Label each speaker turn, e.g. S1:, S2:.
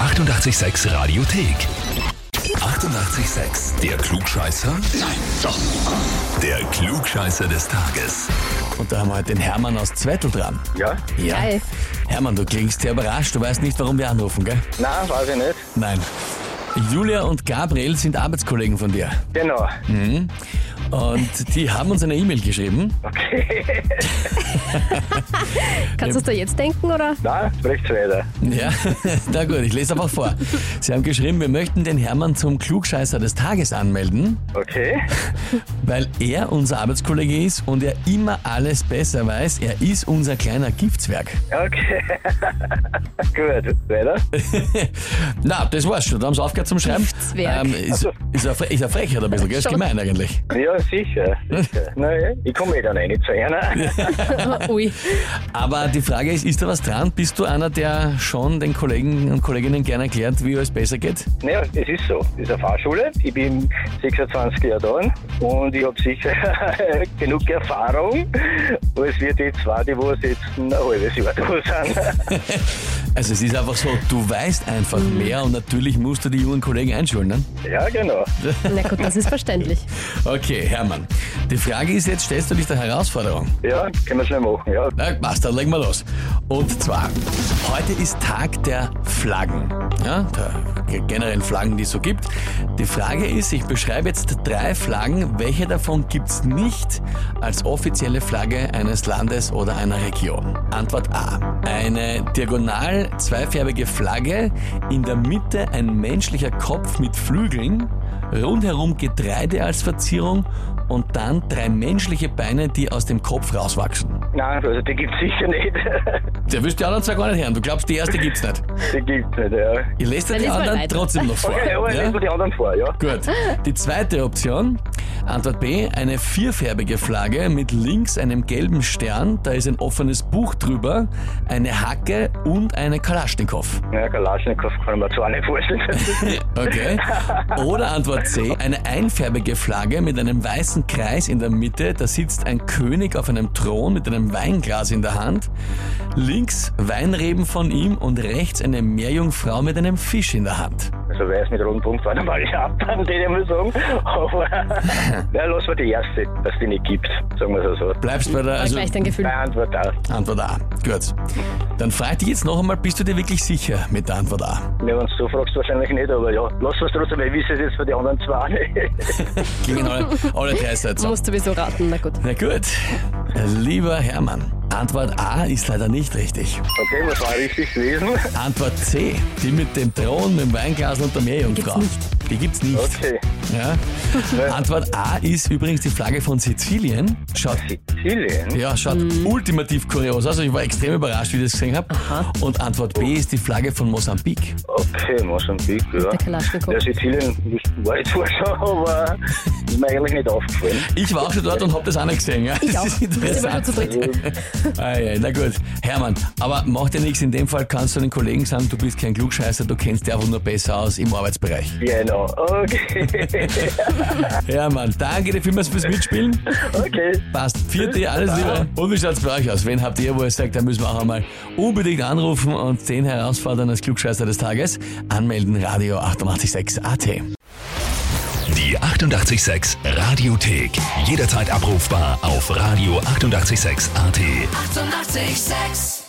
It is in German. S1: 886 Radiothek. 88,6. Der Klugscheißer? Nein, doch. Der Klugscheißer des Tages.
S2: Und da haben wir heute den Hermann aus Zweitl dran.
S3: Ja?
S2: Ja.
S4: Geil.
S2: Hermann, du klingst sehr überrascht. Du weißt nicht, warum wir anrufen, gell?
S3: Nein, weiß ich nicht.
S2: Nein. Julia und Gabriel sind Arbeitskollegen von dir.
S3: Genau.
S2: Und die haben uns eine E-Mail geschrieben.
S3: Okay.
S2: Ja.
S4: Kannst du es da jetzt denken oder?
S3: Nein, spricht weiter.
S2: Ja, na gut, ich lese einfach vor. Sie haben geschrieben, wir möchten den Hermann zum Klugscheißer des Tages anmelden,
S3: Okay.
S2: weil er unser Arbeitskollege ist und er immer alles besser weiß. Er ist unser kleiner Giftswerk.
S3: Okay. Gut. Weiter?
S2: Na, das war's schon. Da haben sie aufgehört zum Schreiben. Ähm,
S4: Giftswerk.
S2: ist, ist, ein Fre ist ein Frechheit ein bisschen, gell? Ist
S4: Schon.
S2: gemein eigentlich.
S3: Ja, sicher. sicher. Naja, ich komme eh dann eh nicht zu einer.
S4: Ui.
S2: Aber die Frage ist, ist da was dran? Bist du einer, der schon den Kollegen und Kolleginnen gerne erklärt, wie alles besser geht?
S3: Naja, es ist so. Es ist eine Fahrschule. Ich bin 26 Jahre da und ich habe sicher genug Erfahrung, als wir die zwei, die was jetzt ein halbes Jahr da sind.
S2: Also es ist einfach so, du weißt einfach mehr und natürlich musst du die jungen Kollegen einschulen. Ne?
S3: Ja, genau.
S4: Na gut, das ist verständlich.
S2: Okay, Hermann. Die Frage ist jetzt, stellst du dich der Herausforderung?
S3: Ja, können wir schnell machen. Ja,
S2: Na, passt, dann legen wir los. Und zwar, heute ist Tag der Flaggen. Ja, der generellen Flaggen, die es so gibt. Die Frage ist, ich beschreibe jetzt drei Flaggen. Welche davon gibt es nicht als offizielle Flagge eines Landes oder einer Region? Antwort A. Eine diagonal zweifärbige Flagge, in der Mitte ein menschlicher Kopf mit Flügeln, rundherum Getreide als Verzierung und dann drei menschliche Beine, die aus dem Kopf rauswachsen.
S3: nein, also die gibt's sicher nicht.
S2: Der willst die anderen zwei gar nicht hören. Du glaubst, die erste gibt's nicht.
S3: Die gibt's nicht, ja.
S2: Ich lese dir
S4: Dann
S2: die
S4: lies mal
S2: anderen
S4: weiter.
S2: trotzdem noch vor.
S3: Okay, aber ich
S2: ja?
S3: lese mir die anderen vor, ja.
S2: Gut. Die zweite Option, Antwort B, eine vierfärbige Flagge mit links einem gelben Stern, da ist ein offenes Buch drüber, eine Hacke und eine Kalaschnikow.
S3: Ja, Kalaschnikow kann ich mir zwar nicht vorstellen.
S2: Okay. Oder Antwort C, eine einfärbige Flagge mit einem weißen Kreis in der Mitte. Da sitzt ein König auf einem Thron mit einem Weinglas in der Hand. Links Weinreben von ihm und rechts eine Meerjungfrau mit einem Fisch in der Hand.
S3: Also weiß mit roten Punkt war mal ich ab, dann den ich mal sagen. Aber ja, lass mal die erste, dass die nicht gibt, sagen wir es so.
S2: Bleibst bei der
S4: War
S2: also,
S4: gleich dein Gefühl.
S3: Meine Antwort auch.
S2: Antwort A. Gut. Dann frag ich dich jetzt noch einmal, bist du dir wirklich sicher mit der Antwort A?
S3: Ja, wenn du so fragst, wahrscheinlich nicht, aber ja, lass was trotzdem, ich wisse es jetzt für die anderen zwei auch nicht.
S2: Klingen alle, alle drei Seiten. so.
S4: Musst du sowieso raten, na gut.
S2: Na gut. Lieber Hermann, Antwort A ist leider nicht richtig.
S3: Okay, was war richtig gewesen?
S2: Antwort C, die mit dem Thron, mit dem Weinglas und der Meerjungfrau.
S4: Die gibt's
S2: Die gibt's nicht.
S3: Okay.
S2: Ja. Antwort A ist übrigens die Flagge von Sizilien. Schaut,
S3: Sizilien?
S2: ja, schaut
S4: Mhm.
S2: ultimativ kurios aus. Also ich war extrem überrascht, wie ich das gesehen habe. Und Antwort B ist die Flagge von Mosambik.
S3: Okay, Mosambik, ja.
S4: Der Kalaschnikow.
S3: Ja, Sizilien war ich zwar schon, aber ist mir eigentlich nicht aufgefallen.
S2: Ich war auch schon dort und habe das auch nicht gesehen. Ja.
S4: Ich
S2: das
S4: auch.
S2: ist
S4: Wir sind immer
S2: interessant.
S4: nur zu dritt.
S2: Ah, ja, na gut, Hermann, aber macht ja nichts. In dem Fall kannst du den Kollegen sagen, du bist kein Klugscheißer, du kennst dich einfach nur besser aus im Arbeitsbereich.
S3: Genau, okay.
S2: Hermann, danke dir vielmals fürs Mitspielen.
S3: okay.
S2: Passt. Vierte, alles Liebe. Und wie schaut's bei euch aus? Wen habt ihr, wo ihr sagt, da müssen wir auch einmal unbedingt anrufen und den herausfordern als Klugscheißer des Tages? Anmelden, Radio 886 AT.
S1: Die 88,6 Radiothek. Jederzeit abrufbar auf radio886.at. 88,6.
S5: Eighty-eight, sex.